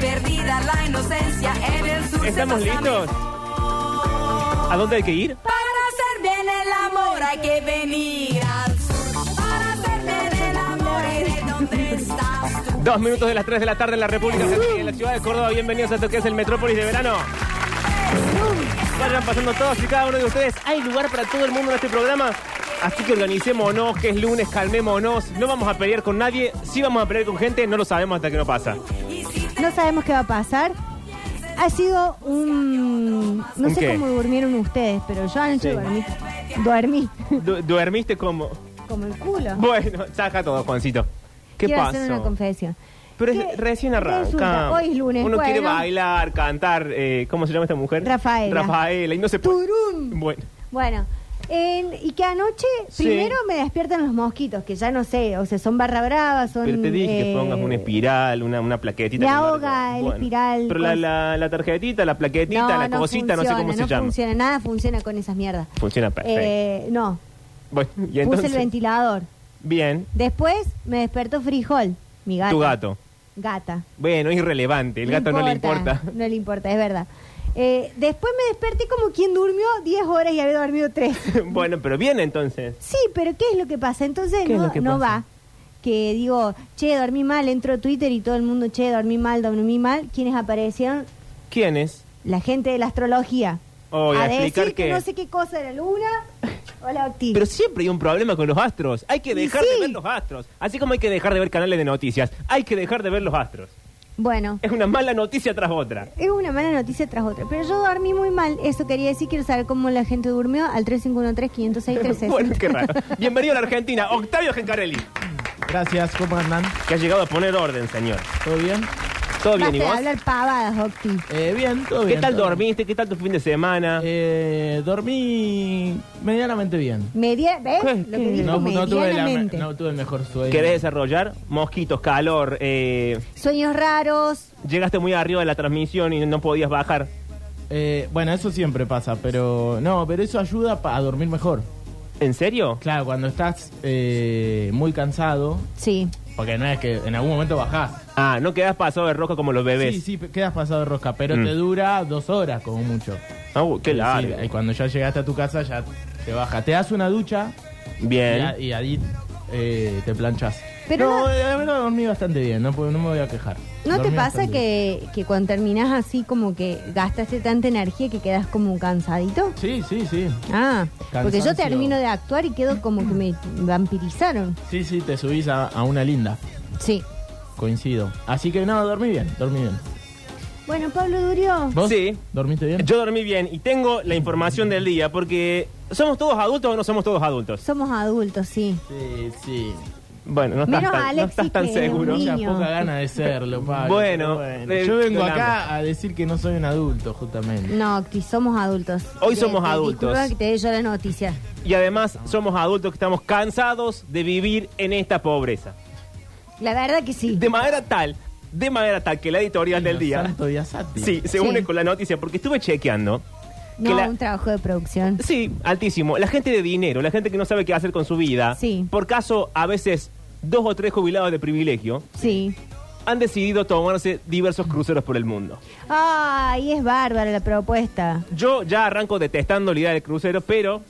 ganar la inocencia en el sur. se Pues ¿Estamos pasa listos? mejor. ¿A dónde hay que ir? Para hacer bien el amor hay que venir al sur. Para hacer bien el amor iré donde estás tú. Dos minutos de las 3 de la tarde en la República Argentina, en la ciudad de Córdoba. Bienvenidos a esto que es el Metrópolis de Verano. Vayan pasando todos y cada uno de ustedes. Hay lugar para todo el mundo en este programa. Así que organicémonos, que es lunes, calmémonos. No vamos a pelear con nadie. Sí vamos a pelear con gente, no lo sabemos hasta que no pasa. No sabemos qué va a pasar. Ha sido un... No ¿Un sé qué? cómo durmieron ustedes, pero yo anoche Sí. dormí. Dormí. Du- ¿Duermiste como...? Como el culo. Bueno, saca todo, Juancito. ¿Qué Quiero pasó? hacer una confesión. Pero es ¿Qué- recién qué arranca. resulta? Hoy es lunes. Uno quiere bueno. bailar, cantar. eh, ¿Cómo se llama esta mujer? Rafaela. Rafaela. Y no se puede. Turum. Bueno. Bueno, en- y que anoche Sí. primero me despiertan los mosquitos, que ya no sé, o sea, son barra brava, son... Pero te dije eh, que pongas una espiral, una, una plaquetita. me con largo. ahoga el espiral, Pero la, cos- la, la tarjetita, la plaquetita, la cosita, no sé cómo se no llama. funciona, nada funciona con esas mierdas. Funciona perfecto. Eh, no, bueno, y entonces. puse el ventilador. Bien, Después me despertó Frijol, mi gato. tu gato. Gata. Bueno, es irrelevante, el gato no le importa. No le importa, es verdad. Eh, después me desperté como quien durmió 10 horas y había dormido 3. bueno, pero bien entonces. Sí, pero ¿qué es lo que pasa? Entonces ¿Qué es no, lo que no pasa? va. Que digo, che, dormí mal, entro a Twitter y todo el mundo, che, dormí mal, dormí mal. ¿Quiénes aparecieron? ¿Quién es? La gente de la astrología. Oh, y a a explicar decir que... que- no sé qué cosa era luna o la octil. Pero siempre hay un problema con los astros. Hay que Y dejar de sí. ver los astros. Así como hay que dejar de ver canales de noticias. Hay que dejar de ver los astros. Bueno, Es una mala noticia tras otra. es una mala noticia tras otra. Pero yo dormí muy mal, eso quería decir. Quiero saber cómo la gente durmió al 3513-506-360. bueno, qué raro. Bienvenido a la Argentina, Octavio Gencarelli. Gracias, ¿cómo andan? Que ha llegado a poner orden, señor. ¿Todo bien? ¿Todo Basta bien y de vos? hablar pavadas, Octi. Eh, bien, todo ¿Qué bien. tal todo dormiste? ¿Qué tal tu fin de semana? bien. Eh, dormí medianamente bien. Media, ¿Ves? ¿Qué? Lo que dijo No, no tuve la me- medianamente. no tuve el mejor sueño. ¿Querés desarrollar? Mosquitos, calor, eh, Sueños raros. llegaste muy arriba de la transmisión y no podías bajar. Eh, bueno, eso siempre pasa, pero no, pero eso ayuda pa- a dormir mejor. ¿En serio? Claro, cuando estás eh, muy cansado, Sí. porque no es que en algún momento bajás. Ah, no quedás pasado de rojo como los bebés. Sí, sí, pe- quedas pasado de rosca, pero Mm. te dura dos horas como mucho. Ah, uh, qué Es largo. decir, eh, cuando ya llegaste a tu casa ya te baja. Te das una ducha y, Bien. a- y ahí eh, te planchas. Pero no, no- eh, la verdad dormí bastante bien, no, puedo- no me voy a quejar. ¿No te Dormí pasa bastante bien. que, que cuando terminás así como que gastaste tanta energía que quedas como cansadito? Sí, sí, sí. Ah, porque yo Cansancio. termino de actuar y quedo como que me vampirizaron. Sí, sí, te subís a, a una linda. Sí. Coincido. Así que no, dormí bien, dormí bien. Bueno, Pablo Durio. ¿Vos? Sí. ¿Dormiste bien? Yo dormí bien y tengo la información del día porque ¿somos todos adultos o no somos todos adultos? Somos adultos, sí. Sí, sí. Bueno, no estás Menos tan, no Alexis, estás tan que es seguro. un Mucha Niño. poca gana de serlo, Pablo. Bueno, pero eh, yo vengo con acá a decir que no soy un adulto, justamente. No, Octi, somos adultos. Hoy Te- somos te adultos. disculpa que te dé yo la noticia. Y además somos adultos que estamos cansados de vivir en esta pobreza. La verdad que sí. De manera tal, de manera tal que la editorial del día Santo Diasati. sí, se Sí. une con la noticia porque estuve chequeando. que no, la- un trabajo de producción. Sí, altísimo. La gente de dinero, la gente que no sabe qué hacer con su vida, Sí. por caso a veces dos o tres jubilados de privilegio, Sí. han decidido tomarse diversos cruceros por el mundo. Ay, es bárbara la propuesta. Yo ya arranco detestando la idea del crucero, pero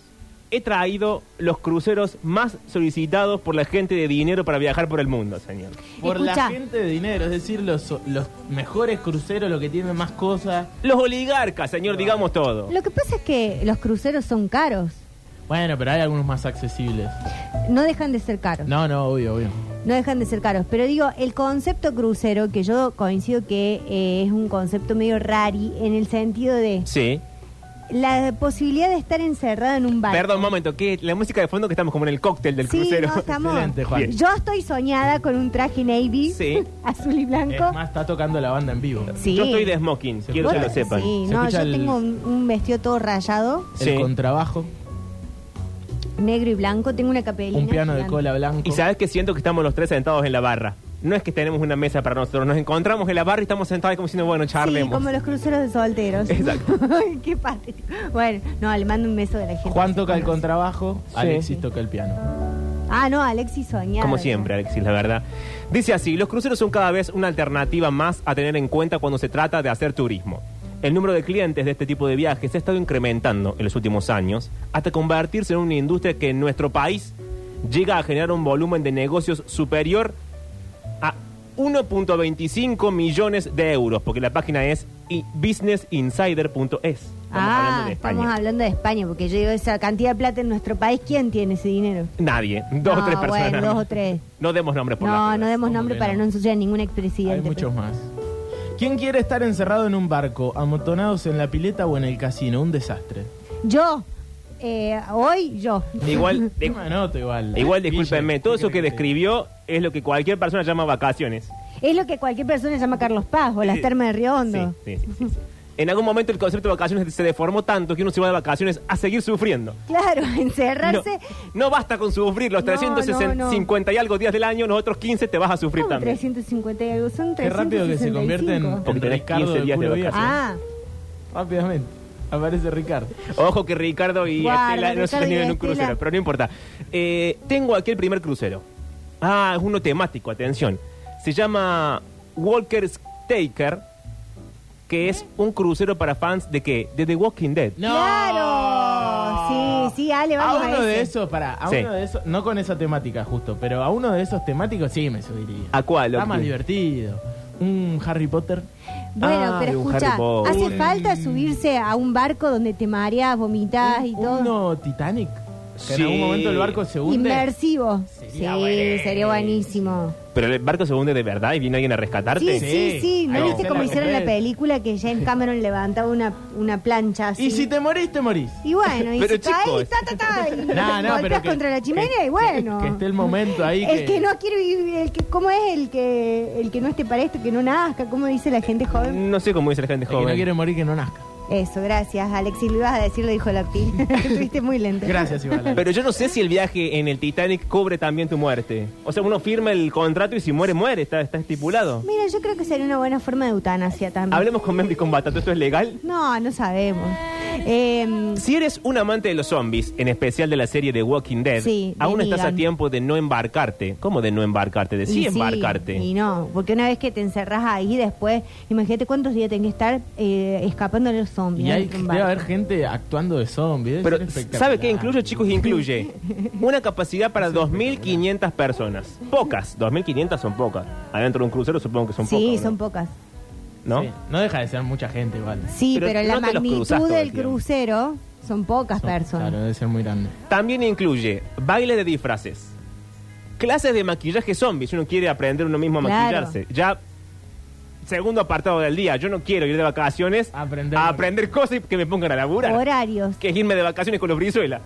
he traído los cruceros más solicitados por la gente de dinero para viajar por el mundo, señor. Por Escuchá. la gente de dinero, es decir, los, los mejores cruceros, los que tienen más cosas. Los oligarcas, señor, digamos todo. Lo que pasa es que los cruceros son caros. Bueno, pero hay algunos más accesibles. No dejan de ser caros. No, no, obvio, obvio. No dejan de ser caros. Pero digo, el concepto crucero, que yo coincido que eh, es un concepto medio rari, en el sentido de Sí. la posibilidad de estar encerrado en un barco. Perdón, un momento, que la música de fondo que estamos como en el cóctel del Sí, crucero. no, estamos- Excelente, Juan. Bien. Yo estoy soñada con un traje navy, Sí. azul y Es blanco. más, está tocando la banda en vivo. Sí. Yo estoy de smoking, Se quiero Vos que lo te- sepan. Sí, Se no, yo escucha el- tengo un, un vestido todo rayado, Sí. El contrabajo, negro y blanco, tengo una capelina. un piano de gigante. cola blanco. Y sabes que siento que estamos los tres sentados en la barra. No es que tenemos una mesa para nosotros, nos encontramos en la barra y estamos sentados como diciendo, bueno, Sí, charlemos. como los cruceros de solteros. Exacto. Ay, Qué patético. Bueno, no, le mando un beso de la gente. Juan que se toca el conoce. contrabajo, Sí. Alexis toca el piano. Ah, no, Alexis soñaba. Como siempre, Alexis, la verdad. Dice así, los cruceros son cada vez una alternativa más a tener en cuenta cuando se trata de hacer turismo. El número de clientes de este tipo de viajes se ha estado incrementando en los últimos años hasta convertirse en una industria que en nuestro país llega a generar un volumen de negocios superior a 1.25 millones de euros, porque la página es i- businessinsider.es. Estamos ah, hablando de España. estamos hablando de España, porque yo digo, esa cantidad de plata en nuestro país, ¿quién tiene ese dinero? Nadie, dos No, o tres personas. Ah, bueno, dos o tres. No demos nombres por las No, dudas. no demos ¿Cómo nombre que para no? no ensuciar a ningún Hay expresidente. pero- muchos más. ¿Quién quiere estar encerrado en un barco, amontonados en la pileta o en el casino? Un desastre. Yo, eh, hoy yo. Igual, de- Una nota igual. ¿eh? igual Villa, discúlpenme, ¿qué todo eso que querés te diga? describió es lo que cualquier persona llama vacaciones. Es lo que cualquier persona llama Carlos Paz o las Sí. termas de Río Hondo. Sí, sí, sí, sí, sí. En algún momento el concepto de vacaciones se deformó tanto que uno se va de vacaciones a seguir sufriendo. Claro, No, encerrarse. no basta con sufrir los No, no, 350 y algo días del año, los otros 15 te vas a sufrir Son también. 350 y algo, son 365. Qué rápido que se convierte en, en Porque tenés Ricardo 15 del días de culo viejo. vacaciones. Ah, Rápidamente. Aparece Ricardo. Ojo que Ricardo y Guarda, Estela no se Ricardo han ido y en un Estela. crucero, pero no importa. Eh, tengo aquí el primer crucero. Ah, es uno temático, atención. Se llama Walker's Taker, que es un crucero para fans de qué? De The Walking Dead. ¡No! Claro. Sí, sí, Ale, vamos A a uno de ese. esos, para, a Sí. uno de esos, no con esa temática justo, pero a uno de esos temáticos sí me subiría. ¿A cuál, Está Octi? más divertido. Un Harry Potter. bueno, Ah, pero de un escucha, Harry Potter. ¿hace Mm. falta subirse a un barco donde te mareas, vomitas y Un- todo? Uno Titanic. Que Sí. en algún momento el barco se hunde. Inmersivo. Sería sí, buenísimo. sería buenísimo. Pero el barco se hunde de verdad y viene alguien a rescatarte. Sí, sí, Sí. sí. ¿No Ahí viste está cómo la hicieron la completa. película que James Cameron levantaba una, una plancha así? Y si te morís, te morís. Y bueno, y Pero, si caes, chicos. ta, ta, ta, y No, no, golpeas pero que- contra la chimenea y bueno. Que esté el momento ahí. el que no quiere vivir, el que, ¿cómo es el que el que no esté para esto, que no nazca? ¿Cómo dice la gente Mm. joven? No sé cómo dice la gente el que no joven. quiere morir, que no nazca. Eso, gracias, Alexis. Lo ibas a decir, lo dijo Lacti. Estuviste muy lento. Gracias, Iván. Pero yo no sé si el viaje en el Titanic cubre también tu muerte. O sea, uno firma el contrato y si muere, muere. Está, está estipulado. Mira, yo creo que sería una buena forma de eutanasia también. Hablemos con Memphis con Batato. ¿Esto es legal? No, no sabemos. Eh, Si eres un amante de los zombies, en especial de la serie de Walking Dead, Sí, de aún estás a Negan. tiempo de no embarcarte. ¿Cómo de no embarcarte? De sí y embarcarte. Y no, porque una vez que te encerrás ahí, después, imagínate cuántos días tenés que estar eh, escapando de los zombies. Y hay, dentro de un debe barco. haber gente actuando de zombies. Pero, ¿sabe qué incluye, chicos? Incluye una capacidad para 2.500 personas. Pocas. 2.500 son pocas. Adentro de un crucero supongo que son pocas. sí, ¿no? son pocas. ¿No? Sí, no deja de ser mucha gente igual. Sí, Pero pero, no la te los cruzás magnitud todo el del tiempo. crucero son pocas Son- personas. Claro, debe ser muy grande. También incluye baile de disfraces, clases de maquillaje zombie, si uno quiere aprender uno mismo a Claro. maquillarse. Ya, segundo apartado del día, yo no quiero ir de vacaciones A aprender. a aprender cosas y que me pongan a laburar. Horarios. Que es irme de vacaciones con los brizuelas.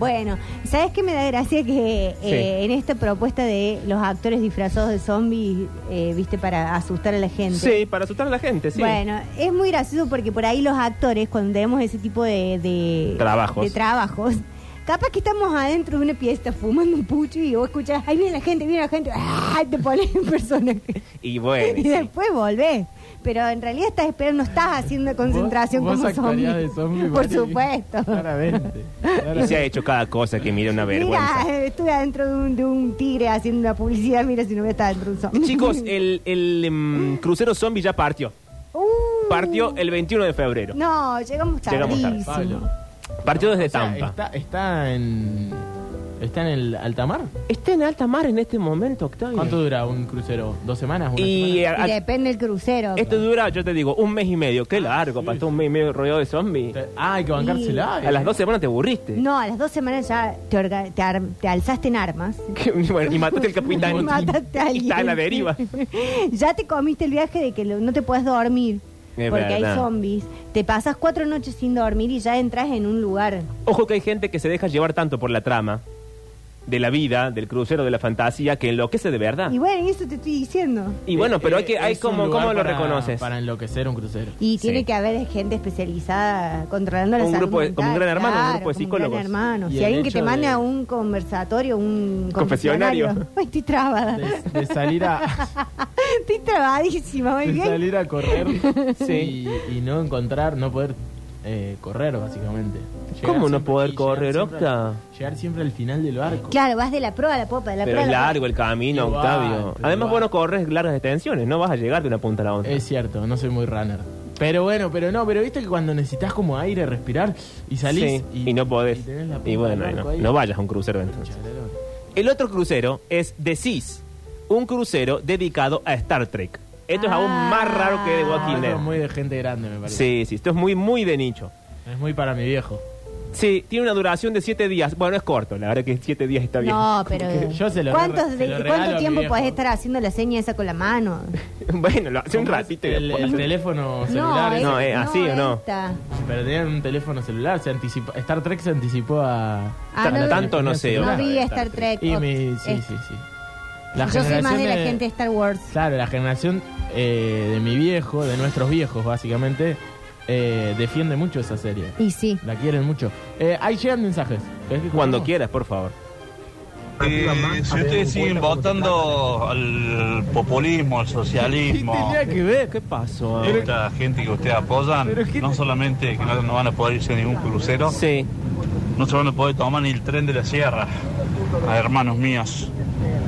Bueno, ¿sabes qué me da gracia? Que eh, en esta propuesta de los actores disfrazados de zombies, eh, viste, para asustar a la gente. Sí, para asustar a la gente, sí. Bueno, es muy gracioso porque por ahí los actores, cuando tenemos ese tipo de, de- Trabajos. de trabajos, capaz que estamos adentro de una pieza fumando un pucho y vos escuchás, ahí viene la gente, viene la gente, ¡ah! te pones en personaje. Y bueno. y sí. después volvés. Pero en realidad estás esperando, no estás haciendo concentración ¿Vos, como vos zombie. actuarías de zombie, Por Mari? supuesto. Claramente. Y se ha claramente. hecho cada cosa que mira una vergüenza. Mira, estuve adentro de un, de un tigre haciendo una publicidad, mira si no voy a estar adentro de un zombie. Chicos, el, el, em, crucero zombie ya partió. Uh, Partió el 21 de febrero. No, llegamos Llegamos tarde. tardísimo. Pablo. Partió desde O sea, Tampa. está, está en. ¿Está en el alta mar? Está en alta mar en este momento, Octavio. ¿Cuánto dura un crucero? ¿Dos semanas? ¿Una Y semana? a- a- Y depende del crucero. Esto dura, yo te digo, un mes y medio. Qué largo, para todo un mes y medio rodeado de zombies. Te- Ah, hay que bancársela. A las dos semanas te aburriste. No, a las dos semanas ya te, orga- te ar- te alzaste en armas. Que- bueno, y mataste al capitán. Mataste a Y alguien. está a la deriva. ya te comiste el viaje de que lo- no te puedes dormir. Es porque verdad. hay zombies. Te pasas cuatro noches sin dormir y ya entras en un lugar. Ojo que hay gente que se deja llevar tanto por la trama de la vida, del crucero, de la fantasía, que enloquece de verdad. Y bueno, eso te estoy diciendo. Y bueno, pero hay Eh, que, hay es un como, lugar ¿cómo lo para- reconoces? Para enloquecer un crucero. Y Sí. tiene que haber gente especializada controlando la Un salud grupo de- como un mental. gran hermano, un Claro, grupo de como un gran psicólogos. hermano. Y Si el alguien que hecho te mande de- a un conversatorio, un Confesionario. confesionario. Ay, estoy trabada. De, de salir a Estoy trabadísima, muy de bien. salir a correr Sí. y, y no encontrar, no poder eh, correr, básicamente. ¿Cómo no siempre- poder y correr, siempre- Octa? Llegar siempre al final del barco. Claro, vas de la proa a la popa, de la Pero proa es a la popa. largo el camino, Igual, Octavio. pero Además, igual. bueno, corres largas extensiones, no vas a llegar de una punta a la otra. Es cierto, no soy muy runner. Pero bueno, pero no, pero viste que cuando necesitas como aire, respirar y salís Sí, y, no podés. tenés la punta Y, bueno, del y barco no, ahí. no vayas a un crucero entonces. Chalalón. El otro crucero es The Seas, un crucero dedicado a Star Trek. Esto es aún más raro que The Ah, Walking esto Dead. es muy de gente grande, me parece. Sí, sí, esto es muy, muy de nicho. Es muy para mi viejo. Sí, tiene una duración de 7 días. Bueno, es corto, la verdad que 7 días está bien. No, pero. que yo se lo ¿cuántos re- de- se lo regalo ¿Cuánto a tiempo mi viejo? podés estar haciendo la seña esa con la mano? bueno, lo hace un ¿Cómo es ratito. y El, después- el teléfono celular. es- ese? No, eh, así o no. esta. Pero tenían un teléfono celular. Se anticipó, Star Trek se anticipó a. Ah, no- Tanto no sé, No Claro, vi Star Star Trek. Trek. Y o- mi- sí, es- sí, sí. Yo soy más generación de la gente de Star Wars. Claro, la generación eh, de mi viejo, de nuestros viejos, básicamente, eh, defiende mucho esa serie. Y sí. La quieren mucho. Eh, ahí llegan mensajes. ¿Querés que Cuando escuchemos? quieras, por favor. Eh, si ustedes siguen votando al populismo, al ¿Qué socialismo, tenía que ver? ¿Qué pasó? a esta gente que ustedes apoyan, Pero es que- no solamente que no, no van a poder irse a ningún crucero, Sí. no se van a poder tomar ni el tren de la sierra, a hermanos míos.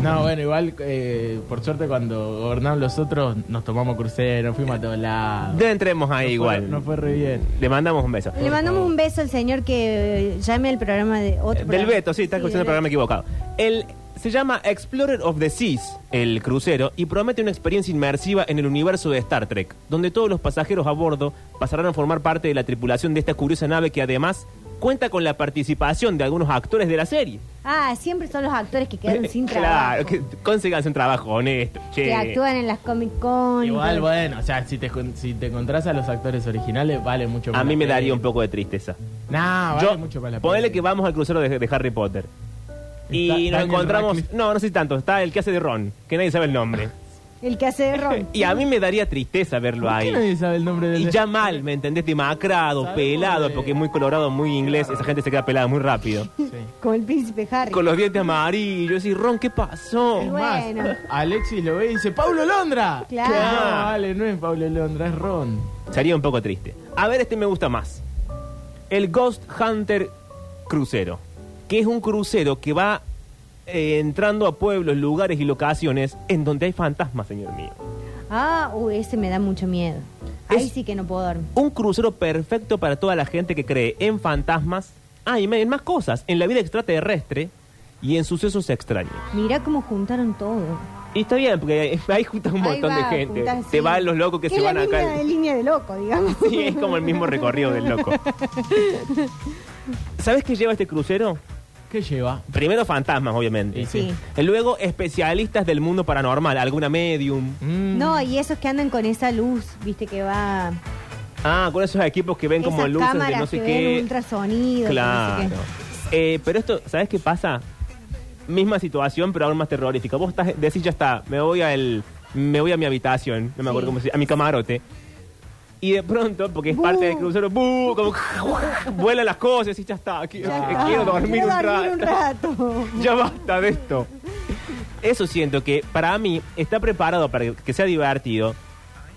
No, bueno, igual, eh, por suerte, cuando gobernaban los otros, nos tomamos crucero, fuimos a todos lados. No entremos No ahí fue- igual. No fue re bien. Le mandamos un beso. Le mandamos un beso al señor que eh, llame al programa de otro Del programa. Beto, sí, está escuchando el del programa equivocado. El, se llama Explorer of the Seas, el crucero, y promete una experiencia inmersiva en el universo de Star Trek, donde todos los pasajeros a bordo pasarán a formar parte de la tripulación de esta curiosa nave que además cuenta con la participación de algunos actores de la serie. Ah, siempre son los actores que quedaron sin trabajo. Eh, claro, que, que consiganse un trabajo honesto. Che. actúan en las Comic Con. y Igual, todo. bueno, o sea, si te, con- si te encontrás a los actores originales, vale mucho más. A la mí me pena. daría un poco de tristeza. No, Ah, vale Yo, mucho más la ponele pena. que vamos al crucero de, de Harry Potter. Está Y nos Daniel encontramos. Radcliffe. No, no sé si tanto. Está el que hace de Ron, que nadie sabe el nombre. El que hace de Ron. Y a mí me daría tristeza verlo ¿Por qué ahí. nadie sabe el nombre del Y ya mal, ¿me entendés? Demacrado, Sabemos pelado, de- porque es muy colorado, muy inglés. Esa gente se queda pelada muy rápido. Sí. Como el príncipe Harry. Con los dientes amarillos. Y Ron, ¿qué Es pasó? Bueno. más, Alexis lo ve y dice, ¡Paulo Londra! Claro. No, vale, no es Paulo Londra, es Ron. Sería un poco triste. A ver, este me gusta más. El Ghost Hunter Crucero. Que es un crucero que va eh, entrando a pueblos, lugares y locaciones en donde hay fantasmas, señor mío. Ah, uy, ese me da mucho miedo. Ahí Es- sí que no puedo dormir. Un crucero perfecto para toda la gente que cree en fantasmas, ah, y en más cosas, en la vida extraterrestre y en sucesos extraños. Mirá cómo juntaron todo. Y está bien, porque ahí juntas un Ahí montón va, de gente. juntar, Te sí. van los locos que Que se es van la acá. Línea de, línea de loco, digamos. Sí, es como el mismo recorrido del loco. ¿Sabes qué lleva este crucero? ¿Qué lleva? Primero fantasmas, obviamente. Y Sí. Y Luego especialistas del mundo paranormal, alguna medium. Mm, No, y esos que andan con esa luz, viste, que va. Ah, con esos equipos que ven Esas como luces cámaras de no sé que qué. ven ultrasonido. que no sé Claro. qué. Eh, pero esto, ¿sabes qué pasa? Misma situación, pero aún más terrorífica. Vos estás, decís, ya está, me voy al, me voy a mi habitación, no me acuerdo Sí. cómo se a mi camarote. Y de pronto, porque es ¡Bú! parte del crucero, ¡bú! como vuelan las cosas y ya está, qui- Ya eh, está. quiero dormir, Ah, Quiero un, rato. rato. Ya basta de esto. Eso siento que para mí está preparado para que- que sea divertido,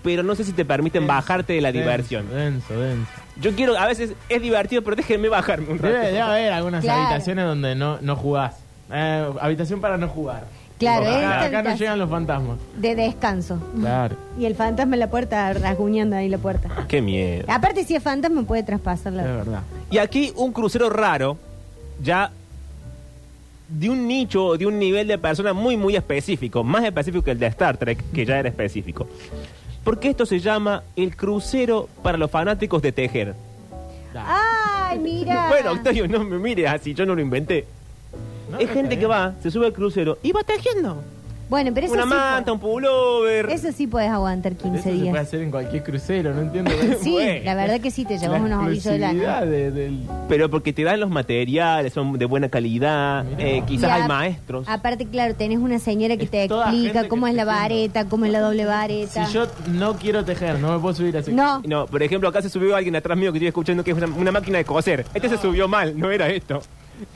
pero no sé si te permiten bajarte de la denso, diversión. Denso, denso. Yo quiero, a veces es divertido, pero déjenme bajarme un rato. Debe, debe haber algunas Claro. habitaciones donde no, no jugás. Eh, habitación para no jugar. Claro, Porque esta acá, acá no habitación- Mm. llegan los fantasmas. De descanso. Claro. Y el fantasma en la puerta, rasguñando ahí la puerta. Qué miedo. Aparte, si es fantasma, puede traspasar Es la. verdad. Y aquí un crucero raro, ya de un nicho, de un nivel de persona muy, muy específico, más específico que el de Star Trek, que ya era específico. Porque esto se llama el crucero para los fanáticos de tejer. Ah, Da. ¡Ay, mira! Bueno, Octavio, no me mires así, yo no lo inventé. No, es no gente está que bien. va, se sube al crucero y va tejiendo. Bueno, pero eso Una sí. manta, un pullover. po- Eso sí puedes aguantar 15 Eso se puede días. hacer en cualquier crucero, no entiendo. Sí, Bueno. la verdad que sí, te La llevas unos ovillos de exclusividad lana. de- del- Pero porque te dan los materiales, son de buena calidad, Mirá. eh, quizás Y hay a- maestros. Aparte, claro, tenés una señora que Es te toda gente explica que cómo es te la entiende. vareta, cómo es la doble vareta. Si yo no quiero tejer, no me puedo subir así. No, No, por ejemplo, acá se subió alguien atrás mío que estoy escuchando que es una, una máquina de coser. Este se subió mal, no era esto.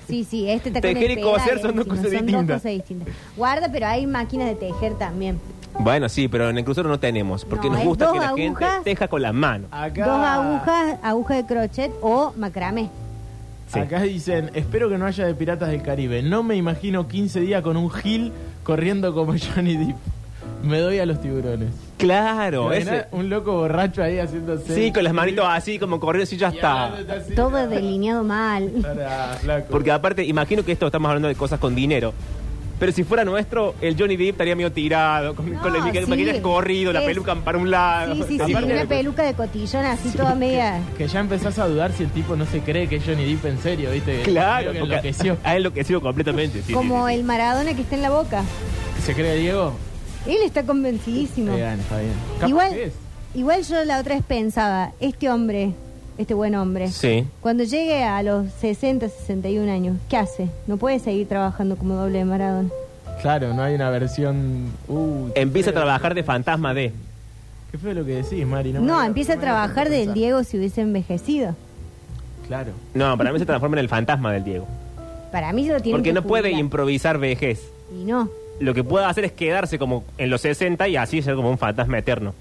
Sí, sí, este está con Tejer y el pedal, coser es son dos distinto, cosas son distintas. cosas distintas. Guarda, pero hay máquinas de tejer también. Bueno, sí, pero en el crucero no tenemos, porque No, nos es gusta dos que la agujas. gente teja con las manos. Acá, Dos agujas, aguja de crochet o macramé. Sí. Acá dicen, espero que no haya de Piratas del Caribe. No me imagino 15 días con un Gil corriendo como Johnny Depp. Me doy a los tiburones. Claro, Imaginá ese. Un loco borracho ahí haciéndose. Sí, con las manitos así, como corriendo, y ya Y está. hablándote así. Todo delineado mal. Pará, flaco. Porque aparte, imagino que esto estamos hablando de cosas con dinero. Pero si fuera nuestro, el Johnny Depp estaría medio tirado, con, No, con la sí. maquillaje corrido, la Es- peluca para un lado. Sí, sí, sí, Aparte- una peluca de cotillón así toda media. Que ya empezás a dudar si el tipo no se cree que es Johnny Depp en serio, ¿viste? Claro, Creo que porque enloqueció. ha enloquecido completamente. sí, sí, Como sí, sí. el Maradona que está en la boca. ¿Se cree Diego? Él está convencidísimo. Está bien, está bien. Capaz que Igual, es. igual yo la otra vez pensaba, este hombre, este buen hombre, Sí. cuando llegue a los 60, 61 años, ¿qué hace? No puede seguir trabajando como doble de Maradona. Claro, no hay una versión. Uh, qué Empieza a feo. trabajar de fantasma de. Qué feo lo que decís, Mari. No, me había- empieza a me había trabajar puesto a del pensar. Diego si hubiese envejecido. Claro. No, para mí se transforma en el fantasma del Diego. Para mí se lo tiene Porque que no puede jubilar. improvisar vejez. Y no. Lo que puede hacer es quedarse como en los 60 y así ser como un fantasma eterno.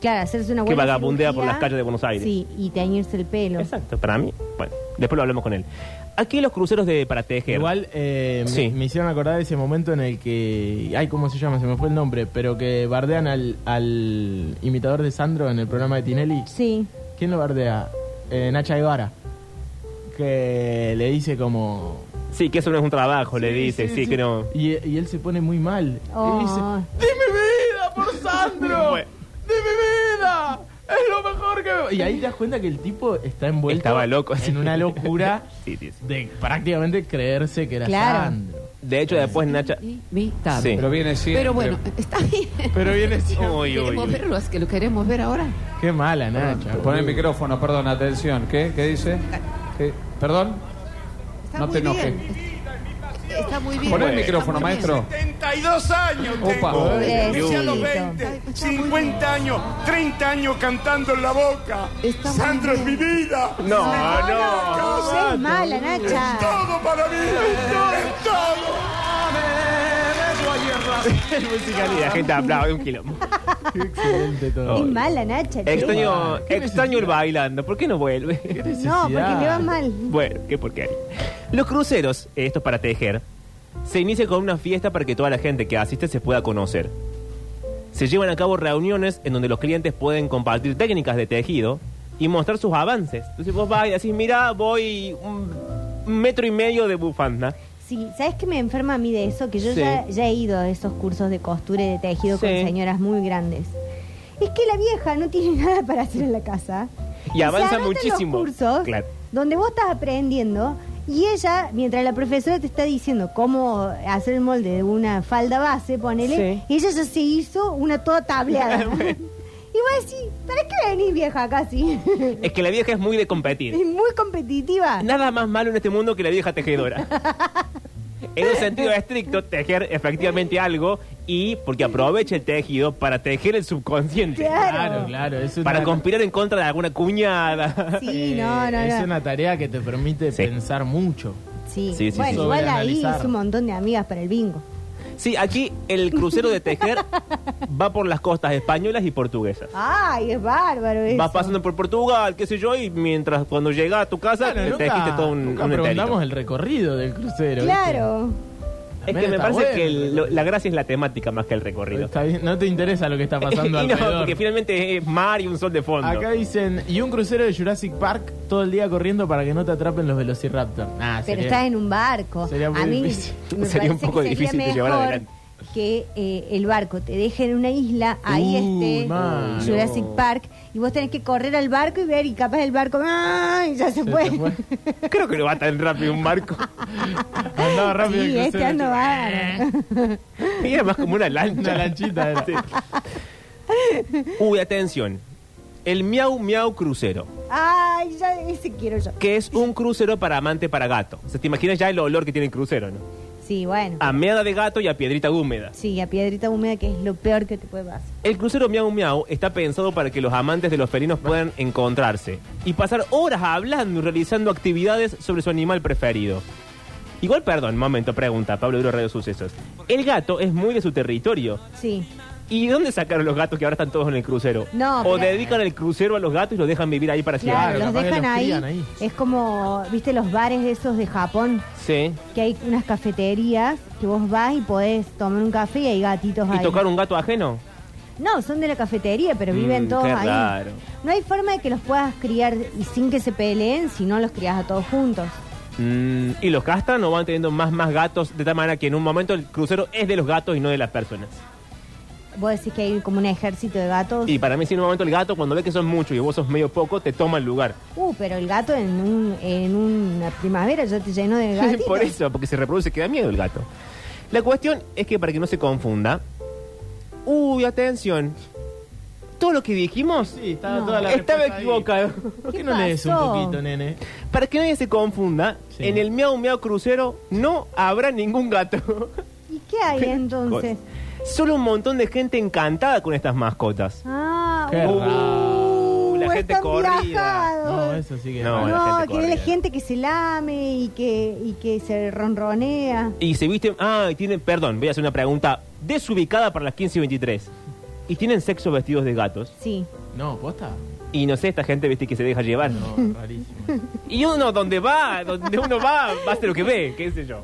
Claro, hacerse una Que buena vagabundea por cirugía, las calles de Buenos Aires. Sí, y teñirse el pelo. Exacto, para mí. Bueno, después lo hablamos con él. Aquí los cruceros de para tejer. Igual eh, me- Sí. me, hicieron acordar de ese momento en el que. Ay, ¿cómo se llama? Se me fue el nombre. Pero que bardean al, al imitador de Sandro en el programa de Tinelli. Sí. ¿Quién lo bardea? Eh, Nacha Guevara. Que le dice como. Sí, que eso no es un trabajo, le dice, sí, que no. Y, y él se pone muy mal. Oh. Y dice: ¡De mi vida por Sandro! ¡De Bueno. mi vida! ¡Es lo mejor que me-". Y ahí te das cuenta que el tipo está envuelto Estaba loco. en una locura Sí, sí, sí. de prácticamente creerse que era Claro. Sandro. De hecho, después Nacha. Invitado. Sí. Pero viene siempre. Pero bueno, está bien. Pero viene siempre. Uy, uy, queremos uy. verlo, es que lo queremos ver ahora. Qué mala, Nacha. Pon el micrófono, perdón, atención. ¿Qué? ¿Qué dice? ¿Qué? ¿Perdón? Está No muy te enojes. bien. Está muy bien. Pon el Bueno. micrófono, Está muy bien. maestro. 72 años Opa. tengo. Empecé a los Pobrecito. 20, Está muy 50 años, 30 años cantando en la boca. Está muy Sandro es bien. mi vida. No, No no. seas mala, Nacha. Todo para mí. Es todo. Musicalidad, gente aplaude un quilombo. Excelente todo. Es Ay. mala, Nacha. che. Extraño, ¿Qué extraño el necesidad? bailando. ¿Por qué no vuelve? No, porque le va mal. Bueno, qué porquería. Los cruceros, eh, esto es para tejer, se inicia con una fiesta para que toda la gente que asiste se pueda conocer. Se llevan a cabo reuniones en donde los clientes pueden compartir técnicas de tejido y mostrar sus avances. Entonces vos vas y decís, mira, voy un un metro y medio de bufanda. Sí, ¿sabes qué me enferma a mí de eso? Que yo Sí. ya, ya he ido a esos cursos de costura y de tejido con Sí. señoras muy grandes. Es que la vieja no tiene nada para hacer en la casa. Y se avanza anotan muchísimo. Los cursos Claro. donde vos estás aprendiendo y ella, mientras la profesora te está diciendo cómo hacer el molde de una falda base, ponele, ella ya se hizo una toda tableada. y vos decís, ¿para qué venís vieja acá así? Es que la vieja es muy de es competir. muy competitiva. Nada más malo en este mundo que la vieja tejedora. En un sentido estricto, tejer efectivamente algo y porque aprovecha el tejido para tejer el subconsciente. Claro, claro. Es una, Para conspirar en contra de alguna cuñada. Sí, eh, no, no, no. Es una tarea que te permite Sí. pensar mucho. Sí, Sí, sí, bueno, sí. igual ahí Sobreanalizar. hizo un montón de amigas para el bingo. Sí, aquí el crucero de tejer va por las costas españolas y portuguesas. Ay, es bárbaro eso. Vas pasando por Portugal, qué sé yo, y mientras cuando llegas a tu casa Claro, te dijiste todo un, nunca un enterito. preguntamos el recorrido del crucero. ¿viste? Claro. Es que También me está parece bueno que el el- lo- recorrido. la gracia es la temática más que el recorrido. Está bien, No te interesa lo que está pasando y no, alrededor. porque finalmente es mar y un sol de fondo. Acá dicen, y un crucero de Jurassic Park todo el día corriendo para que no te atrapen los Velociraptor. Ah, Pero sería- estás en un barco. sería muy a mí difícil. me Sería parece un poco que difícil de sería llevar mejor adelante. Que eh, el barco te deje en una isla, ahí Uy, esté eh, mano. Jurassic Park, y vos tenés que correr al barco y ver, y capaz el barco ¡ah! y ya se, Se fue. te fue. Creo que no va tan rápido un barco. Andaba rápido el sí, este crucero. ando bárbaro. Y es más como una lancha. Una lanchita era. Uy, atención. El Miau Miau Crucero. Ay, ya ese quiero yo. que es un crucero para amante para gato. O sea, te imaginas ya el olor que tiene el crucero, ¿no? Sí, bueno. a meada de gato y a piedrita húmeda. Sí, a piedrita húmeda, que es lo peor que te puede pasar. El crucero Miau Miau está pensado para que los amantes de los felinos puedan encontrarse y pasar horas hablando y realizando actividades sobre su animal preferido. Igual, perdón, momento, pregunta, Pablo Duro Radio Sucesos. El gato es muy de su territorio. Sí. ¿Y dónde sacaron los gatos que ahora están todos en el crucero? No, ¿O pero- dedican el crucero a los gatos y los dejan vivir ahí para siempre? Claro, Claro, los capaz que dejan los ahí. crían ahí. Es como, viste, los bares esos de Japón, Sí. que hay unas cafeterías que vos vas y podés tomar un café y hay gatitos ¿Y ahí. tocar un gato ajeno? No, son de la cafetería, pero Mm, viven todos qué ahí. raro. No hay forma de que los puedas criar y sin que se peleen, si no los crías a todos juntos. Mm, ¿Y los castan o van teniendo más más gatos de tal manera que en un momento el crucero es de los gatos y no de las personas? Vos decís que hay como un ejército de gatos. Y para mí, si en un momento el gato, cuando ve que son muchos y vos sos medio poco, te toma el lugar. Uh, pero el gato en, un, en una primavera ya te llenó de gatitos. Por eso, porque se reproduce, que da miedo el gato. La cuestión es que para que no se confunda, uy, atención, todo lo que dijimos Sí, estaba No. toda la estaba respuesta ahí. equivocado. ¿Por ¿Qué qué no lees un pasó? poquito, nene? Para que nadie se confunda, Sí. en el Miau Miau Crucero no habrá ningún gato. ¿Y qué hay entonces? Solo un montón de gente encantada con estas mascotas. Ah, Qué uh, raro. Uh, La gente están corrida. viajados. No, eso sí que No, No, la gente que corrida. es gente que se lame y que, y que se ronronea. Y se visten. Ah, y tienen. Perdón, voy a hacer una pregunta desubicada para las 15 y 23. Y tienen sexo vestidos de gatos. Sí. No, ¿posta? Y no sé, esta gente viste que se deja llevar. No, rarísimo. Y uno, donde va, donde uno va, va a hacer lo que ve, qué sé yo.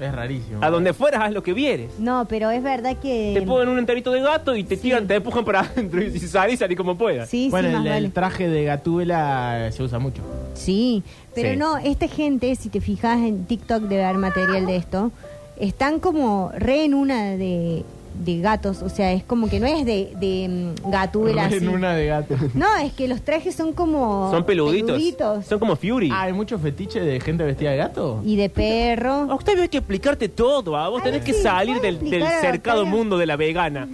Es rarísimo. A donde fueras, haz lo que vieres. No, pero es verdad que. Te ponen un enterito de gato y te tiran, te empujan para adentro. Y si salís, salís como puedas. Sí, bueno, sí, más el, el vale. traje de Gatúbela eh, se usa mucho. Sí, pero Sí. no, esta gente, si te fijas en TikTok debe haber material de esto, están como re en una de, de gatos, o sea, es como que no es de, de mm, gatúbela así. en una de gato. No, es que los trajes son como... Son peluditos. peluditos. Son como Fury. Ah, ¿hay mucho fetiche de gente vestida de gato? Y de A perro. usted había que explicarte todo, a vos Ay, tenés que Ah, sí, salir ¿puedo del, del explicar a la cercado doctora? mundo de la vegana.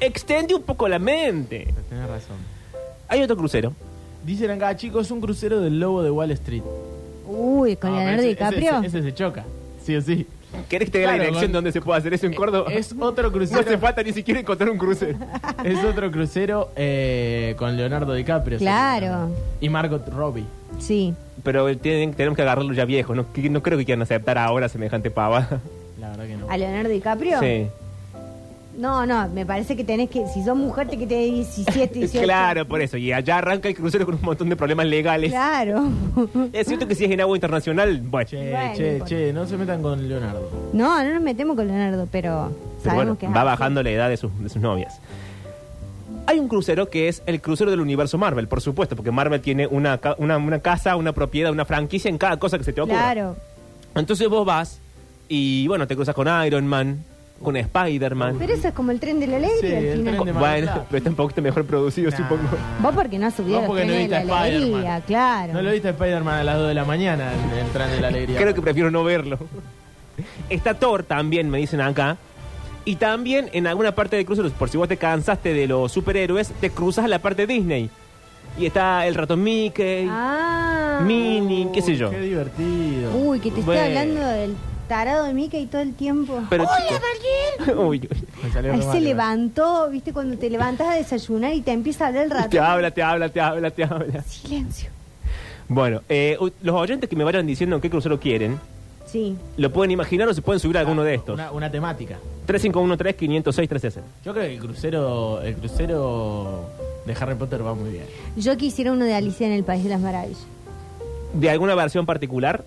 Extende un poco la mente. Tenés razón. Hay otro crucero. Dicen acá, chicos, un crucero del lobo de Wall Street. Uy, con Ah, Leonardo ese- DiCaprio. Ese, ese se choca. Sí o sí. ¿Querés que te dé la Claro, dirección con- donde se puede hacer eso en Eh, Córdoba? Es otro no crucero. hace falta ni siquiera encontrar un crucero. Es otro crucero eh, con Leonardo DiCaprio. Claro. sí. Y Margot Robbie. Sí. Pero tienen- tenemos que agarrarlo ya viejo. No, que- no creo que quieran aceptar ahora semejante pava. La verdad que no. ¿A Leonardo DiCaprio? Sí. No, no, me parece que tenés que, si sos mujer, te que te 17, 18. Claro, por eso. Y allá arranca el crucero con un montón de problemas legales. Claro. Es cierto que si es en agua internacional, bueno. Che, Bueno, che, bueno. che, no se metan con Leonardo. No, no nos metemos con Leonardo, pero Pero sabemos bueno, que es va así. bajando la edad de sus, de sus novias. Hay un crucero que es el crucero del universo Marvel, por supuesto, porque Marvel tiene una, ca- una, una casa, una propiedad, una franquicia en cada cosa que se te ocurra. Claro. Entonces vos vas y, bueno, te cruzas con Iron Man, con Spider-Man. Pero eso es como el tren de la alegría Sí, al el final. tren de Mar del Bueno, Plata. pero está un poquito mejor producido, Nah. supongo. Vos porque no has subido Vos los porque no trenes de viste la a alegría, Spider-Man. claro. ¿No lo viste a Spider-Man a las 2 de la mañana en el tren de la alegría? Creo que prefiero no verlo. Está Thor también, me dicen acá. Y también en alguna parte del crucero, por si vos te cansaste de los superhéroes, te cruzas a la parte Disney. Y está el ratón Mickey, Ah. Mini, qué sé yo. Qué divertido. Uy, que te estoy Bueno. hablando del tarado de Mickey todo el tiempo. Pero, ¡Hola, chicos. Berlín! Uy, uy. Me salió Ahí re se mal, levantó, viste, cuando te levantas a desayunar y te empieza a hablar el rato. Te habla, te habla, te habla, te habla. Silencio. Bueno, eh, u- los oyentes que me vayan diciendo qué crucero quieren, Sí. lo pueden imaginar o se pueden subir a ¿verdad? alguno de estos. Una, una temática. 3513-506-360. Yo creo que el crucero, el crucero de Harry Potter va muy bien. Yo quisiera uno de Alicia en el País de las Maravillas. ¿De alguna versión particular?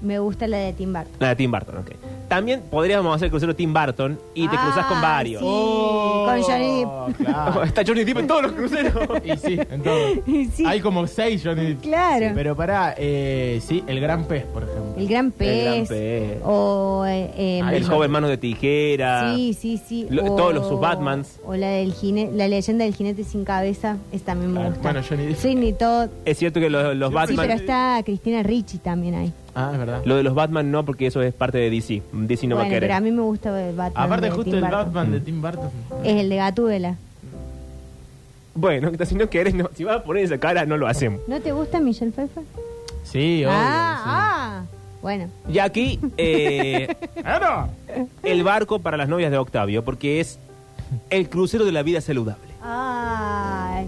Me gusta la de Tim Burton. La de Tim Burton, ok. También podríamos hacer el crucero Tim Burton y te cruzas con Ah, varios. sí. Con Johnny Depp. Oh, claro. Está Johnny Depp en todos los cruceros. Y sí, en todo. Y sí. Hay como seis Johnny Depp. Claro. Sí, pero pará, eh, sí, el gran pez, por ejemplo. El Gran Pez. Pez. Ah, O. eh, eh, Ahí El ya. joven mano de tijera. Sí, sí, sí. Lo- O- todos los sus Batmans. O la del jine- la leyenda del jinete sin cabeza. Esta también me Ah, gusta. bueno, Johnny Depp. Sweeney Todd. Es cierto que los, los Sí, Batman. pero está Cristina Ricci también ahí. Ah, es verdad. Lo de los Batman no, porque eso es parte de DC. DC no va a bueno, querer. pero a mí me gusta el Batman. Aparte, de justo Tim el Burton. Batman de Tim Burton. Es el de Gatúbela. Bueno, si no querés, no. si vas a poner esa cara, no lo hacemos. ¿No te gusta Michelle Pfeiffer? Sí, obvio. ah, ah. Bueno. Y aquí eh, ah. Ah, el barco para las novias de Octavio, porque es el crucero de la vida saludable. Ay.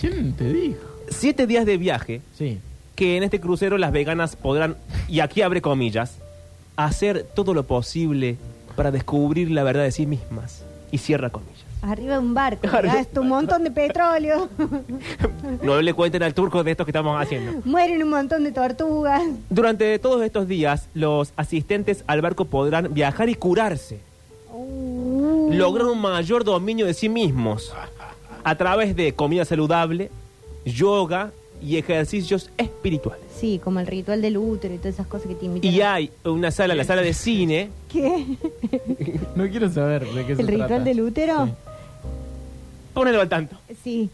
¿Quién te dijo? Siete días de viaje Sí. que en este crucero las veganas podrán, y aquí abre comillas, hacer todo lo posible para descubrir la verdad de sí mismas. Y cierra comillas. Arriba de un barco. Gasta un montón de petróleo. No le cuenten al turco de esto que estamos haciendo. Mueren un montón de tortugas. Durante todos estos días, los asistentes al barco podrán viajar y curarse. Uh. lograr un mayor dominio de sí mismos a través de comida saludable, yoga y ejercicios espirituales. Sí, como el ritual del útero y todas esas cosas que te invitan. Y hay una sala, la sala de cine, ¿Qué? No quiero saber de qué se ¿El ritual trata. del útero? Sí. ponelo al tanto. Sí.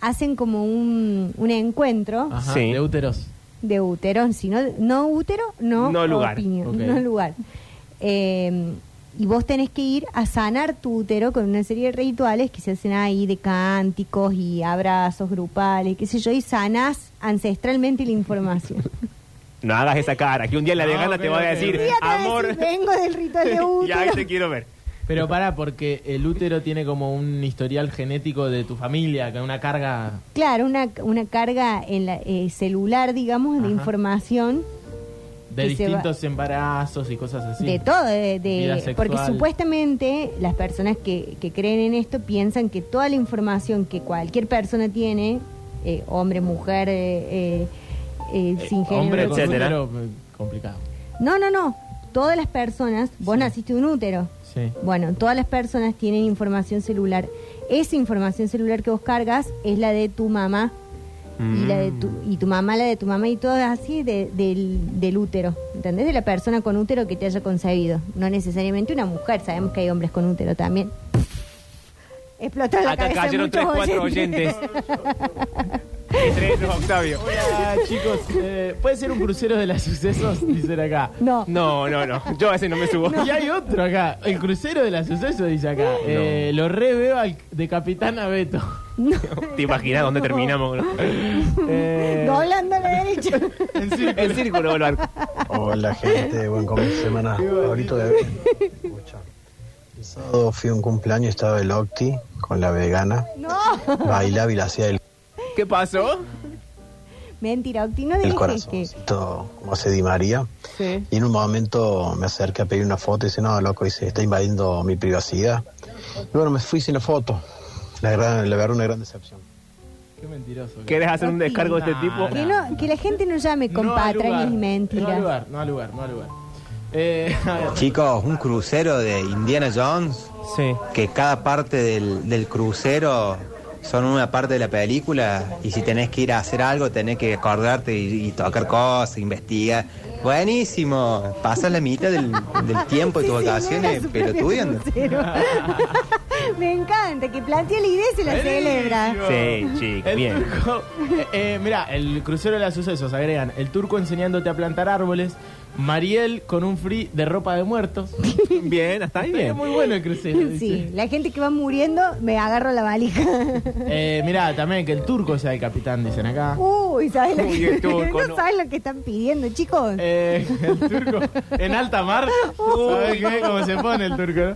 Hacen como un, un encuentro Ajá, Sí. de úteros. de útero. Si no, no útero, no, No lugar. opinión, Ok. no lugar. Eh, y vos tenés que ir a sanar tu útero con una serie de rituales que se hacen ahí de cánticos y abrazos grupales, qué sé yo, y sanás ancestralmente la información. No hagas esa cara, que un día la No, vegana te va a pero- decir, Un Y acá amor, decís, vengo del ritual de ya útero. te quiero ver. Pero pará, porque el útero tiene como un historial genético de tu familia, que una carga... Claro, una, una carga en la, eh, celular, digamos, de Ajá. información De Que se va- distintos embarazos y cosas así. de todo, de, de- Vida sexual. porque supuestamente las personas que, que creen en esto piensan que toda la información que cualquier persona tiene, eh, hombre, mujer, eh, eh, eh, sin género, Hombre, lo con que sea. etcétera. útero, eh, complicado. no, no, no, todas las personas, vos Sí. naciste un útero, Sí. bueno, todas las personas tienen información celular, esa información celular que vos cargas es la de tu mamá y la de tu, y tu mamá, la de tu mamá y todo así de- del, del útero, ¿entendés? De la persona con útero que te haya concebido, no necesariamente una mujer, sabemos que hay hombres con útero también. Explotó la Acá cabeza de cayeron muchos tres, cuatro oyentes. oyentes. Entre ellos, Octavio. Hola, Ah, chicos. eh, ¿Puede ser un crucero de los sucesos? Dicen acá. No, No, no, no, yo a ese no me subo. Y hay otro acá. El crucero de los sucesos, dice acá. Eh, lo re veo al, de Capitán Abeto. no. ¿Te imaginas dónde terminamos? Eh, doblando a la derecha. en círculo. El círculo del barco. Hola gente, buen comienzo de semana. Ahorita de Escucha. El sábado fui a un cumpleaños, estaba el Octi con la vegana. No, Bailaba y la hacía del ¿Qué pasó? mentira, Octi, no el dejes que... corazoncito, como se Di María. Sí. Y en un momento me acerqué a pedir una foto y dice, no, loco, dice, está invadiendo mi privacidad. Y bueno, me fui sin la foto. La, gran, la verdad, una gran decepción. Qué mentiroso. acá. ¿Querés hacer un descargo de este tipo? Que, no- que la gente no llame con No al patrañas lugar, y No al mentiras. lugar, no al lugar, no al lugar. Eh, a ver. Chicos, un crucero de Indiana Jones, Sí. que cada parte del, del crucero son una parte de la película, y si tenés que ir a hacer algo, tenés que acordarte y, y tocar cosas, investigar. Buenísimo, pasas la mitad del, del tiempo de tus Sí, sí, vacaciones no era su propio pelotudeando. crucero. Me encanta, que plantea la idea y se la celebra. Sí, chico, El bien. turco. Eh, eh, mirá, el crucero de los sucesos agregan el turco enseñándote a plantar árboles, Mariel con un free de ropa de muertos. Bien, hasta ahí Es bien. muy bueno el crucero. Sí, dice. la gente que va muriendo me agarro la valija. Eh, mirá, también que el turco sea el capitán, dicen acá. Uy, ¿sabes lo, Uy, que, el turco, no no. sabes lo que están pidiendo, chicos? Eh, el turco en alta mar. ¿Sabes qué? ¿Cómo se pone el turco? no?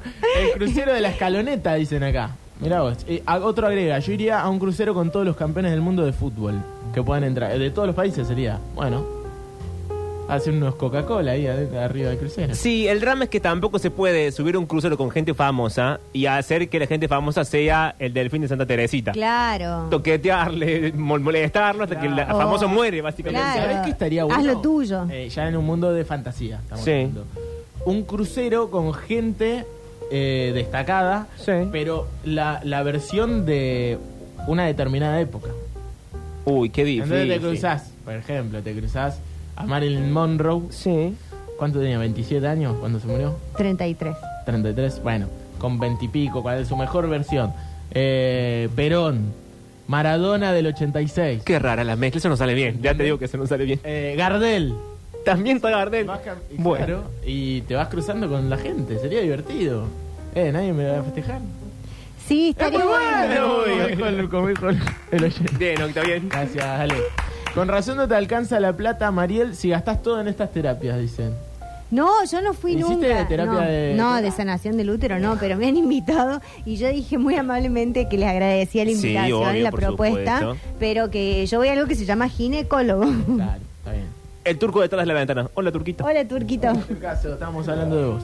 El crucero de la escaloneta, dicen acá. Mirá vos. Eh, a- otro agrega: Yo iría a un crucero con todos los campeones del mundo de fútbol que puedan entrar. Eh, De todos los países sería. Bueno, hace unos Coca-Cola ahí ade- arriba del crucero. Sí, el drama es que tampoco se puede subir un crucero con gente famosa y hacer que la gente famosa sea el delfín de Santa Teresita. Claro. Toquetearle, mol- molestarlo hasta que el Claro. famoso Oh, muere, básicamente. claro. ¿Sabés qué estaría bueno? Haz lo tuyo. Eh, ya en un mundo de fantasía. Estamos Sí. hablando. Un crucero con gente eh, destacada, Sí. pero la, la versión de una determinada época. Uy, qué Entonces difícil. te cruzás, por ejemplo, te cruzás a Marilyn Monroe. Sí. ¿Cuánto tenía? ¿27 años cuando se murió? 33. 33, bueno, con 20 y pico, cuál es su mejor versión. Eh, Perón, Maradona del 86, Qué rara la mezcla, eso no sale bien. Ya te digo que eso no sale bien. eh, Gardel. También está Gardel. Baja- y Bueno, claro, y te vas cruzando con la gente, sería divertido. Eh, nadie me va a festejar. Sí, estaría bueno. Bueno, como dijo el- como dijo el- el oyente. bien, Octavio. Gracias, Ale. Con razón no te alcanza la plata, Mariel, si gastás todo en estas terapias, dicen. No, yo no fui ¿Hiciste nunca. terapia no, de- no, de sanación del útero, no, pero me han invitado y yo dije muy amablemente que les agradecía la Sí, invitación obvio, la por propuesta, supuesto. pero que yo voy a algo que se llama ginecólogo. Mm. Claro, está bien. El turco detrás de la ventana. Hola, turquito. Hola, Turquito. En caso, estábamos hablando de vos.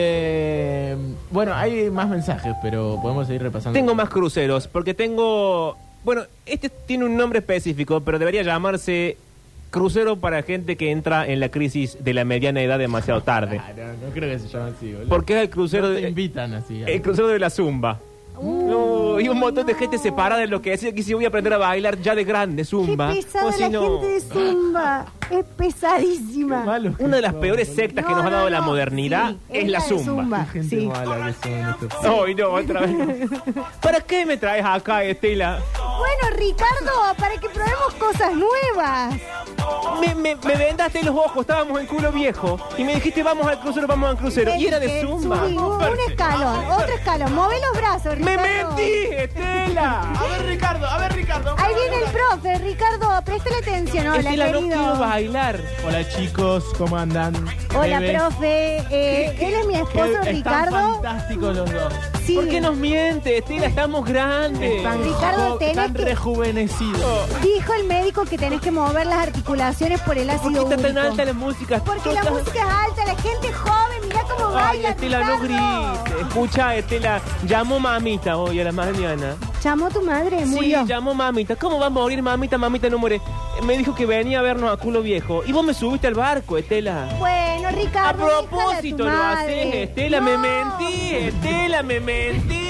Eh, bueno, hay más mensajes, pero podemos seguir repasando. Tengo más cruceros, porque tengo... Bueno, este tiene un nombre específico, pero debería llamarse crucero para gente que entra en la crisis de la mediana edad demasiado tarde. Ah, no, no creo que se llame así, boludo. Porque es el No crucero, te de, invitan Eh, así. el crucero de la zumba. Uh. no, y un montón de gente separada de lo que decía que si voy a aprender a bailar ya de grande Qué zumba. pesada o si la no. gente de Zumba. Es pesadísima. Malo que Una de las son, peores boludo. sectas que No, nos ha dado no, la no, modernidad sí, es la de zumba. Gente sí. mala que son estos. Ay, no, otra vez. ¿Para qué me traes acá, Estela? Bueno, Ricardo, para que probemos cosas nuevas. Me, me, me vendaste los ojos, estábamos en culo viejo. Y me dijiste, vamos al crucero, vamos al crucero. Y era de Dije, zumba. subí Este, un, un escalón, otro escalón. Mueve los brazos, ¡Me Ricardo. metí, Estela! A ver, Ricardo, a ver, Ricardo. Ahí viene el profe, Ricardo, préstale atención. Hola, Estela, no querido. quiero bailar. Hola, chicos, ¿cómo andan? Hola, Bebés. profe. Eh, él es mi esposo, Están Ricardo. fantásticos los dos. Sí. ¿Por qué nos miente, Estela? Estamos grandes. Están, Ricardo, jo- tenés están que- rejuvenecidos. Dijo el médico que tenés que mover las articulaciones por el ¿Por qué ácido está tan úrico. alta la música? Porque Tú la estás- música es alta, la gente es joven, mirá cómo Ay, baila. Estela, no Ricardo. grites. Escucha, Estela, llamó mamita hoy a la mañana. Llamó tu madre, murió. Sí, llamó mamita. ¿Cómo va a morir mamita? Mamita no muere. Eh, Me dijo que venía a vernos a culo viejo. Y vos me subiste al barco, Estela. Bueno, A Ricardo. propósito déjala lo a tu haces, madre. Estela, me No. mentí, Estela, me mentí.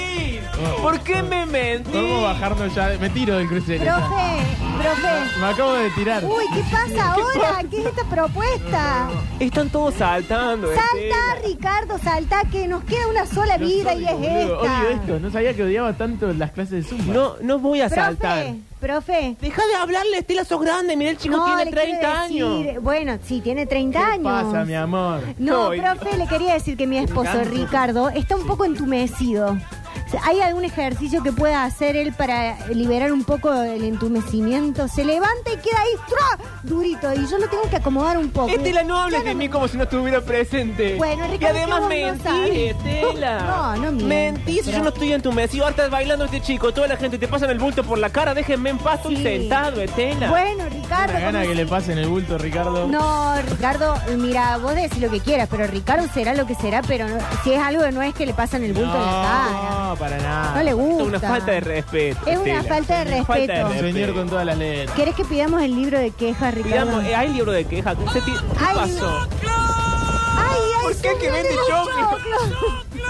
¿Por qué me mentí? Vamos a bajarnos ya. de- Me tiro del crucero. Profe, profe. Me acabo de tirar. Uy, ¿qué pasa ahora? ¿Qué es esta propuesta? Están todos saltando, Salta, Estela. Ricardo, salta, que nos queda una sola Los vida odio, y es boludo, Odio esta. esto. No sabía que odiaba tanto las clases de Zumba. No, no voy a saltar. Profe, profe. Deja de hablarle, Estela, sos grande. Mira, el chico no, tiene le quiero 30 años. decir- Bueno, sí, tiene 30 ¿Qué años. pasa, mi amor? No, Ay, profe, le quería decir que mi esposo encanta. Ricardo está un poco entumecido. O sea, ¿Hay algún ejercicio que pueda hacer él para liberar un poco el entumecimiento? Se levanta y queda ahí ¡tra! durito y yo lo tengo que acomodar un poco. Estela, Este, no hables Yo de me- mí como si no estuviera presente. Bueno, y Ricardo, además que vos no mentí, sabes. Estela. No, no miento, Mentí, si pero- yo no estoy en tu mesa. Y ahora estás bailando este chico. Toda la gente te pasa en el bulto por la cara. Déjenme en paz, estoy Sí. sentado, Estela. Bueno, Una Ricardo. gana como- que le pasen el bulto, Ricardo. No, Ricardo, mira, vos decís lo que quieras, pero Ricardo será lo que será, pero no- si es algo que no es que le pasan el bulto en la cara. No, para nada. No le gusta. Es una falta de respeto. Es una Estela. Falta falta de de respeto. respeto. Señor con todas las letras. ¿Querés que pidamos el libro de quejas, Ricardo? Digamos, eh, hay libro de queja. ¿Qué, se ti- qué Ay, pasó? Ay, ay, ¿Por qué subió que vende de los choclo?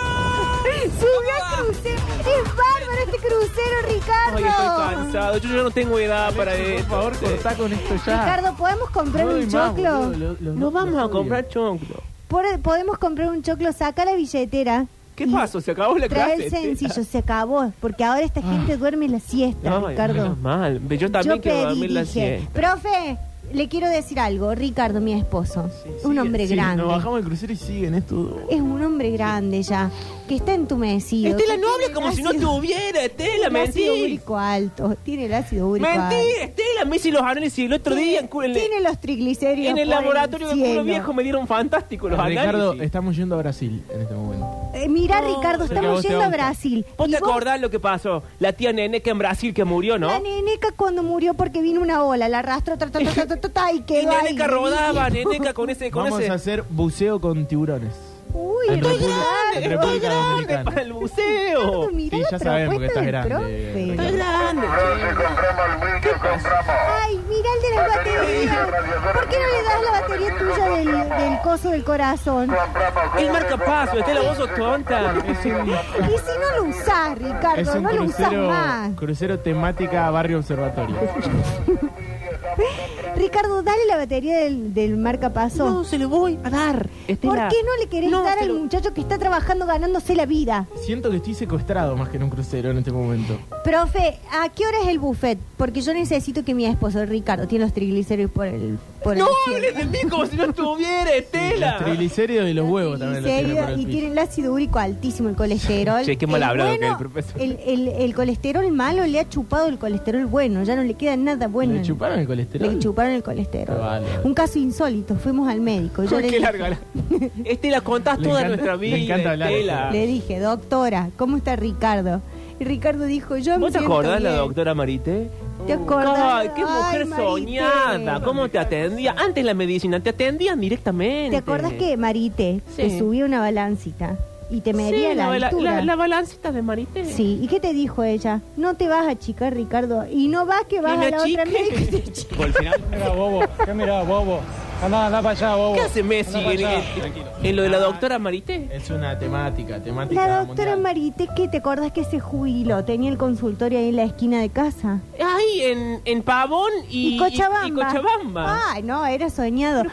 Subió al crucero. Es bárbaro este crucero, Ricardo. Ay, estoy cansado. Yo ya no tengo edad para Por esto. eh. favor, cortá con esto ya. Ricardo, ¿podemos comprar No doy un más, choclo? boludo, lo- lo- No vamos lo a odio. comprar chonco. Por- podemos comprar un choclo, saca la billetera. ¿Qué y pasó? ¿Se acabó la Trae clase? el Estela? sencillo, se acabó. Porque ahora esta gente duerme la siesta, Ay, Ricardo. menos mal. Yo también Yo quiero pedí, dormir la dije, siesta. profe, le quiero decir algo. Ricardo, mi esposo, un Sigue, hombre sigue. grande. Nos bajamos el crucero y siguen esto. Es un hombre grande ya, que está entumecido. Estela, que no tiene hables como si no ácido- estuviera, Estela, Tiene ácido mentí. úrico alto, tiene el ácido úrico Mentí, alto. Estela, me hice los análisis el otro día en, cu- en- Tiene los triglicéridos. en el por laboratorio de culo cielo. viejo, me dieron fantásticos los Eh, Ricardo, análisis. estamos yendo a Brasil en este momento. Eh, mirá, Ricardo, sé que a estamos vos te yendo a gusta. Brasil. ¿Vos Y te acordás lo que pasó? La tía Neneca en Brasil que murió, ¿no? La neneca cuando murió porque vino una ola, la arrastró, ta, ta, ta, ta, ta, ta, ta, y Y quedó ahí. Neneca rodaba, Neneca con ese... Con Vamos ese... Ah, a hacer buceo con tiburones. Uy, En Ricardo, República- en Ricardo, República Dominicana. para el buceo. mirá Sí, la ya sabemos que propuesta estás del grande, profe. Ricardo. grande. Ay, mirá el de las baterías. ¿Por qué no le das la batería tuya del, del coso del corazón? El marcapaso, Estela, vos sos tonta. Y si no lo usás, Es Ricardo, un no lo usás crucero, más. crucero temática barrio observatorio. Ricardo, dale la batería del, del marcapaso. No, se lo voy a dar. ¿Por qué no le querés No, dar se al lo- muchacho que está trabajando ganándose la vida? Siento que estoy secuestrado más que en un crucero en este momento. Profe, ¿a qué hora es el buffet? Porque yo necesito que mi esposo, el Ricardo, tiene los triglicéridos por el... Por No el hables de mí como si no estuviera, Los Estela. triglicéridos y los huevos también los tiene triglicéridos por el y piso. tiene el ácido úrico altísimo, el colesterol. Che, qué El mal hablado que bueno, el profesor. El, el- el colesterol malo le ha chupado el colesterol bueno, ya no le queda nada bueno. ¿Le chuparon el colesterol? Le chuparon el colesterol. Vale, vale. Un caso insólito, fuimos al médico. Yo le Qué dije- larga la... Estela, contás Le toda encanta- nuestra vida. le encanta hablar. Estela. Le dije, doctora, ¿cómo está Ricardo? Y Ricardo dijo, yo me ¿Vos te siento acordás la bien". doctora Marité? ¿Te acordás? Ay, qué mujer Ay, Marité. soñada. ¿Cómo te atendía? Antes la medicina, te atendían directamente. ¿Te acordás que Marite te Sí. subía una balancita y te Sí, medía la, la, bala- altura? la- la balancita de Marité. Sí, ¿y qué te dijo ella? No te vas a achicar, Ricardo, y no vas que vas me a la otra achique. médica. y te achique. Por el final. Mira, bobo, ¿qué mira, bobo? Anda, anda para allá, bobo. ¿Qué hace Messi Anda en, para allá. en- en lo de la doctora Marité? Es una temática, temática La doctora mundial. Marite, que te acordás que se jubiló? Tenía el consultorio ahí en la esquina de casa. Ahí, en, en Pavón y, y Cochabamba. Ah. y Cochabamba. Ay, no, era soñado.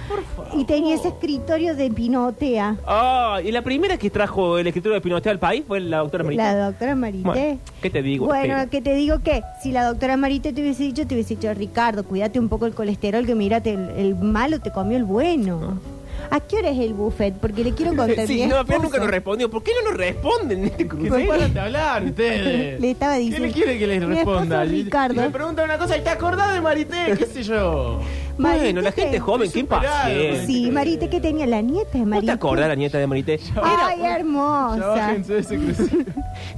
Y tenía ese escritorio de pinotea. Ah, y la primera que trajo el escritorio de Pinochet al país fue la doctora Marité. La doctora Marite. Bueno, ¿Qué te digo? Bueno, Estela? que te digo que si la doctora Marite te hubiese dicho, te hubiese dicho, Ricardo, cuídate un poco el colesterol, que mirate, el, el malo te comió el bueno. ¿A qué hora es el buffet? Porque le quiero contar Ah. Sí, bien. no, pero nunca nos respondió. ¿Por qué no nos responden en este Que se crucero? paran de hablar ustedes. Le estaba ¿Qué diciendo, le quiere que les mi esposo responda? Ricardo. Me pregunta una cosa y te acordás de Marité, qué sé yo. Bueno, la Marite, gente que- joven, qué impaciencia. Sí, Marite, que tenía la nieta de ¿No Marite. te acordás la nieta de Marité? Ay, Ya hermosa. bájense de ese crucero.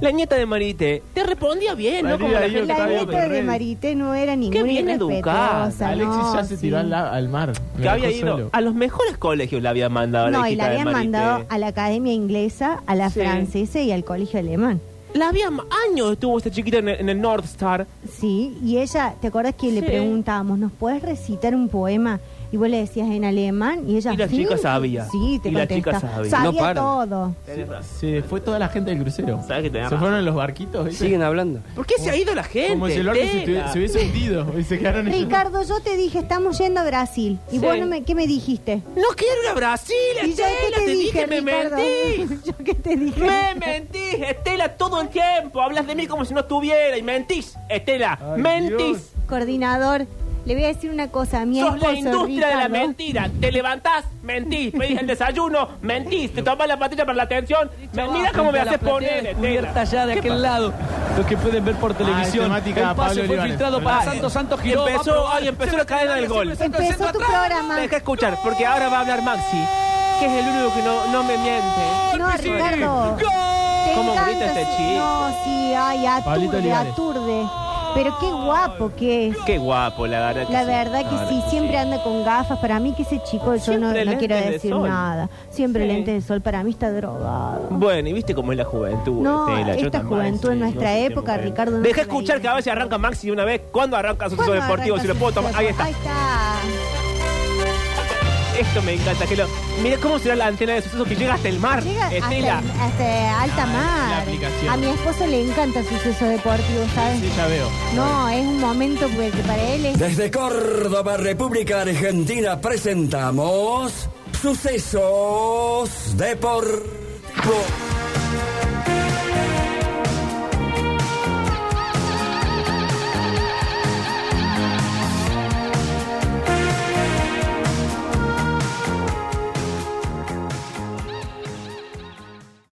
La nieta de Marité te respondía bien, ¿no? Como María, la yo- gente La Octavio nieta de Ferrer. Marite no era ninguna bien educada. irrespetuosa, Alexis no, ya se sí. tiró al, la- al mar. Me que dejó había ido solo. a los mejores colegios la había mandado No, la y hijita la habían de Marité. mandado a la academia inglesa, a la Sí. francesa y al colegio alemán. La había años estuvo esta chiquita en el, en el North Star. Sí, y ella, ¿te acuerdas que le Sí. preguntábamos, ¿nos puedes recitar un poema? Y vos le decías en alemán y ella... Y la "Sí". chica sabía. Sí, te Y la chica contesta. sabía. No para. todo. Tenés razón. Se fue toda la gente del crucero. Sabes que tenés Se razón. fueron en los barquitos. ¿viste? Siguen hablando. ¿Por qué se ha ido la gente? Como si el orbe se, Estela? estuvi- se hubiese hundido. Y se quedaron ellos. Ricardo, yo te dije, estamos yendo a Brasil. Sí. ¿Y vos no me, qué me dijiste? No quiero ir a Brasil, ¿Y yo Estela, te, dije, me Ricardo? mentís. ¿Yo qué te dije? Me mentís, Estela, todo el tiempo. Hablas de mí como si no estuviera y mentís, Estela, Ay, mentís. Coordinador, le voy a decir una cosa. Mi Sos esposo, la industria de la Ricardo, mentira. Te levantás, mentís. Pedís el desayuno, mentís. Te tomás la patilla para la atención. Me, mira cómo me haces poner, Cubierta Estela. ya de aquel lado. Los que pueden ver por televisión. Ah, temática el Pablo pase fue Olivares. filtrado para Santos Santos Y Giró. va a empezó, probar. ay, empezó la cadena del gol. Empezó tu programa. Deja escuchar, porque ahora va a hablar Maxi, que es el único que no, no me miente. No, Ricardo. Te ¿Cómo encanta grita este ese- chico? No, sí, ay, Pablito aturde, Olivares. aturde. Pero qué guapo que es. Qué guapo, la verdad. que La sí. verdad que sí, siempre anda con gafas. Para mí que ese chico, yo no, Siempre no lentes quiero de decir sol. nada. Siempre Sí. lente de sol, para mí está drogado. Bueno, y viste cómo es la juventud, No, Estela. Yo esta también, juventud en sí, nuestra no sé, época, mujer. Ricardo, no Deja se escuchar veía. que a veces arranca Maxi de una vez. ¿Cuándo arranca su ¿Cuándo deportivo? arranca Si lo su puedo tomar. proceso? Ahí está. Ahí está. Esto me encanta, que lo... Mira cómo será la antena de sucesos que llega hasta el mar. Llega Estela. hasta, hasta alta la mar. aplicación. A mi esposo le encanta suceso deportivo, ¿sabes? Sí, ya veo. No, es un momento pues, que para él es... Desde Córdoba, República Argentina, presentamos sucesos deportivos.